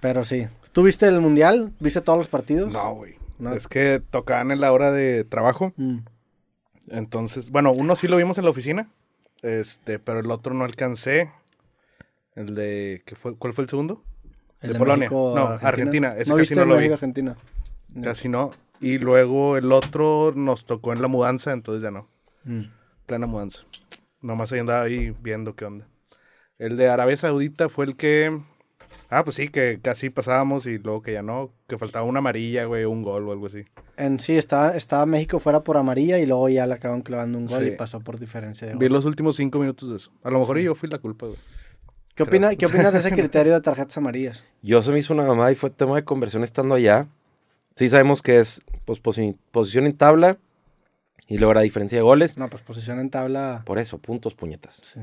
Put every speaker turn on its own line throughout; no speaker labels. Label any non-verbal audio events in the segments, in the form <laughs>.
Pero sí. ¿Tú viste el mundial? ¿Viste todos los partidos?
Pues, No, güey.
No.
Es que tocaban en la hora de trabajo.
Mm.
Entonces, bueno, uno sí lo vimos en la oficina. Este, pero el otro no alcancé. El de. ¿qué fue, ¿Cuál fue el segundo? De Polonia. No, Argentina. Ese casi
viste
no lo vi.
México, Argentina. No.
Casi no. Y luego el otro nos tocó en la mudanza, entonces ya no.
Mm.
Plena mudanza. Nomás ahí andaba ahí viendo qué onda. El de Arabia Saudita fue el que. Ah, pues sí, que casi pasábamos y luego que ya no. Que faltaba una amarilla, güey, un gol o algo así.
En sí, estaba, estaba México fuera por amarilla y luego ya le acaban clavando un gol
Sí.
y pasó por diferencia de gol.
Vi los últimos cinco minutos de eso. A lo mejor yo fui la culpa, güey.
¿Qué,
creo.
opina- ¿Qué opinas de
<laughs>
ese criterio de tarjetas amarillas?
Yo se me hizo una mamada y fue tema de conversión estando allá. Sí sabemos que es pues, posi- posición en tabla y luego la diferencia de goles.
No, pues posición en tabla.
Por eso, puntos, puñetas.
Pues,
Sí.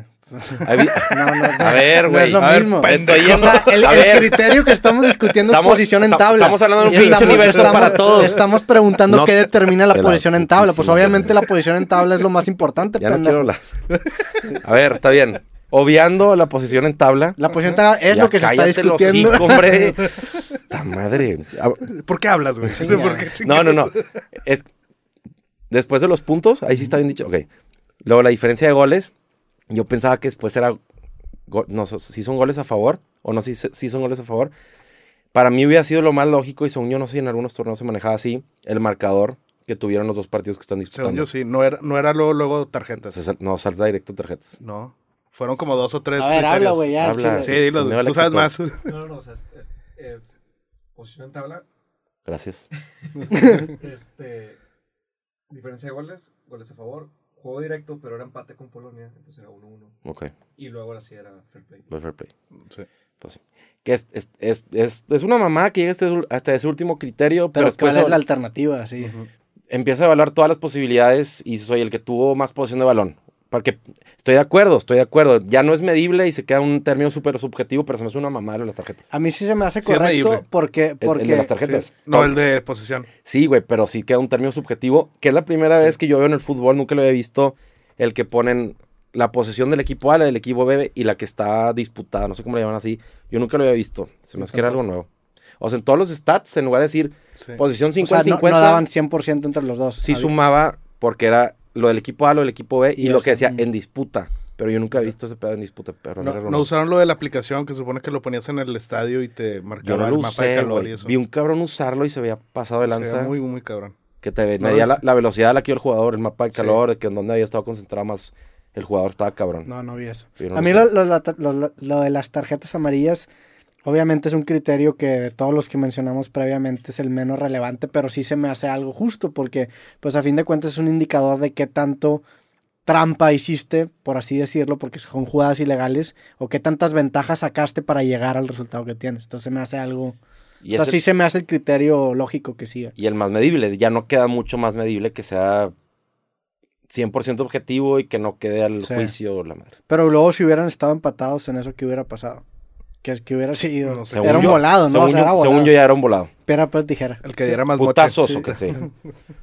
<laughs>
Ahí vi-
<laughs> No, no, no.
A ver,
No es
güey.
lo
a ver,
mismo.
pa-
Estoy
O
yendo.
sea, el,
a
el
ver,
criterio que estamos discutiendo
Estamos-
es posición en
ta-
tabla.
estamos hablando de un
Y
pinche
estamos-
universo
estamos-
para todos.
Estamos preguntando
No
qué
te-
determina la
te la
posición en tabla. Pues
putísima
obviamente
madre.
la posición en tabla es lo más importante,
ya no
pendejo.
quiero hablar. A ver, está bien. Obviando la posición en tabla.
La posición en tabla es
Ya
lo que se está
cállate el
discutiendo.
hocico, hombre. Ta madre. A-
¿Por qué hablas, güey?
ya.
<laughs> ¿Por qué
No, no, no.
chingados?
Es, después de los puntos, ahí sí está bien dicho. Ok. Luego la diferencia de goles. Yo pensaba que después era. go- No, so- si son goles a favor o no, si, se- si son goles a favor. Para mí hubiera sido lo más lógico y según yo, no sé, en algunos torneos se manejaba así el marcador que tuvieron los dos partidos que están disputando.
Según yo sí, no era, no era luego, luego tarjetas.
Se sal- no, salta directo tarjetas.
No. Fueron como dos o
<laughs>
tres.
A ver,
criterios.
habla, güey, ya.
Habla.
chile.
Sí, dilo,
Señor
tú sabes más.
Alexis,
<laughs> No, no, no, o sea, es, es- es posición en tabla,
<laughs>
Gracias.
este, diferencia de goles, goles a favor, juego directo, pero era empate con Polonia, entonces era 1-1.
Ok,
Y luego ahora sí era fair play.
lo del fair play.
Sí.
Pues <laughs> sí. Que es, es, es, es- es una mamá que llega hasta ese, hasta ese último criterio, pero,
Pero
después
¿cuál es
se-
la alternativa? Sí.
empieza a evaluar todas las posibilidades y soy el que tuvo más posición de balón. Porque estoy de acuerdo, estoy de acuerdo. Ya no es medible y se queda un término súper subjetivo, pero se me hace una mamada lo de las tarjetas.
A mí sí se me hace
Sí es
correcto
medible.
porque...
El-
porque
el de las tarjetas.
Sí. No, el de posesión.
Sí, güey, pero sí queda un término subjetivo, que es la primera vez que yo veo en el fútbol, nunca lo había visto, el que ponen la posesión del equipo A, la del equipo B y la que está disputada, no sé cómo le llaman así. Yo nunca lo había visto. Se me hace que era algo nuevo. O sea, en todos los stats, en lugar de decir
Sí.
posición
o sea,
50-50,
no- no, daban 100% entre los dos.
sí
Había-
sumaba porque era lo del equipo A, lo del equipo B y,
Y
lo
eso,
que decía
mm.
en disputa. Pero yo nunca he visto ese pedo en disputa. Pero
No,
era
no
broma.
usaron lo de la aplicación que supone que lo ponías en el estadio y te
yo
marcaba
no lo
el mapa de
usé,
calor
güey.
y eso.
Vi un cabrón usarlo y se veía pasado de
Se ve
lanza.
muy, muy cabrón.
Que te
No
medía
lo
la,
usé.
la velocidad a la que iba el jugador, el mapa de
Sí.
calor, de que en donde había estado concentrado más el jugador estaba cabrón.
No, no vi eso.
Yo no
A
lo
mí
sé.
lo, lo- la- lo- lo- lo de las tarjetas amarillas, obviamente es un criterio que de todos los que mencionamos previamente es el menos relevante, pero sí se me hace algo justo porque, pues a fin de cuentas es un indicador de qué tanto trampa hiciste, por así decirlo, porque son jugadas ilegales, o qué tantas ventajas sacaste para llegar al resultado que tienes. Entonces se me hace algo...
Y,
o sea,
ese-
sí se me hace el criterio lógico que siga.
y el más medible. Ya no queda mucho más medible que sea 100% objetivo y que no quede al
Sí.
juicio la madre.
Pero luego si hubieran estado empatados en eso, ¿qué hubiera pasado? Que, que hubiera sido...
No sé.
Mm, Según
era un
yo-
volado, ¿no? O
Según,
sea,
yo,
era
según
volado.
yo ya era un volado.
Piedra, pues, papel, tijera.
El que diera más moche.
Putazos
Sí.
o que sí.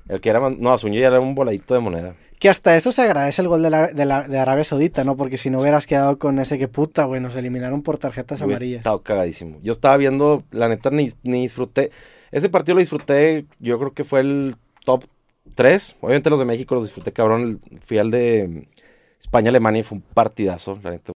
El que era más. No, según yo ya era un voladito de moneda.
Que hasta eso se agradece el gol de, la- de la- de Arabia Saudita, ¿no? Porque si no hubieras quedado con ese que puta, güey, nos eliminaron por tarjetas
Hubiera
amarillas.
estado cagadísimo. Yo estaba viendo, la neta, ni, ni disfruté. Ese partido lo disfruté, yo creo que fue el top 3. mm, Obviamente los de México los disfruté, cabrón. El- Fui al de España-Alemania y fue un partidazo, la neta.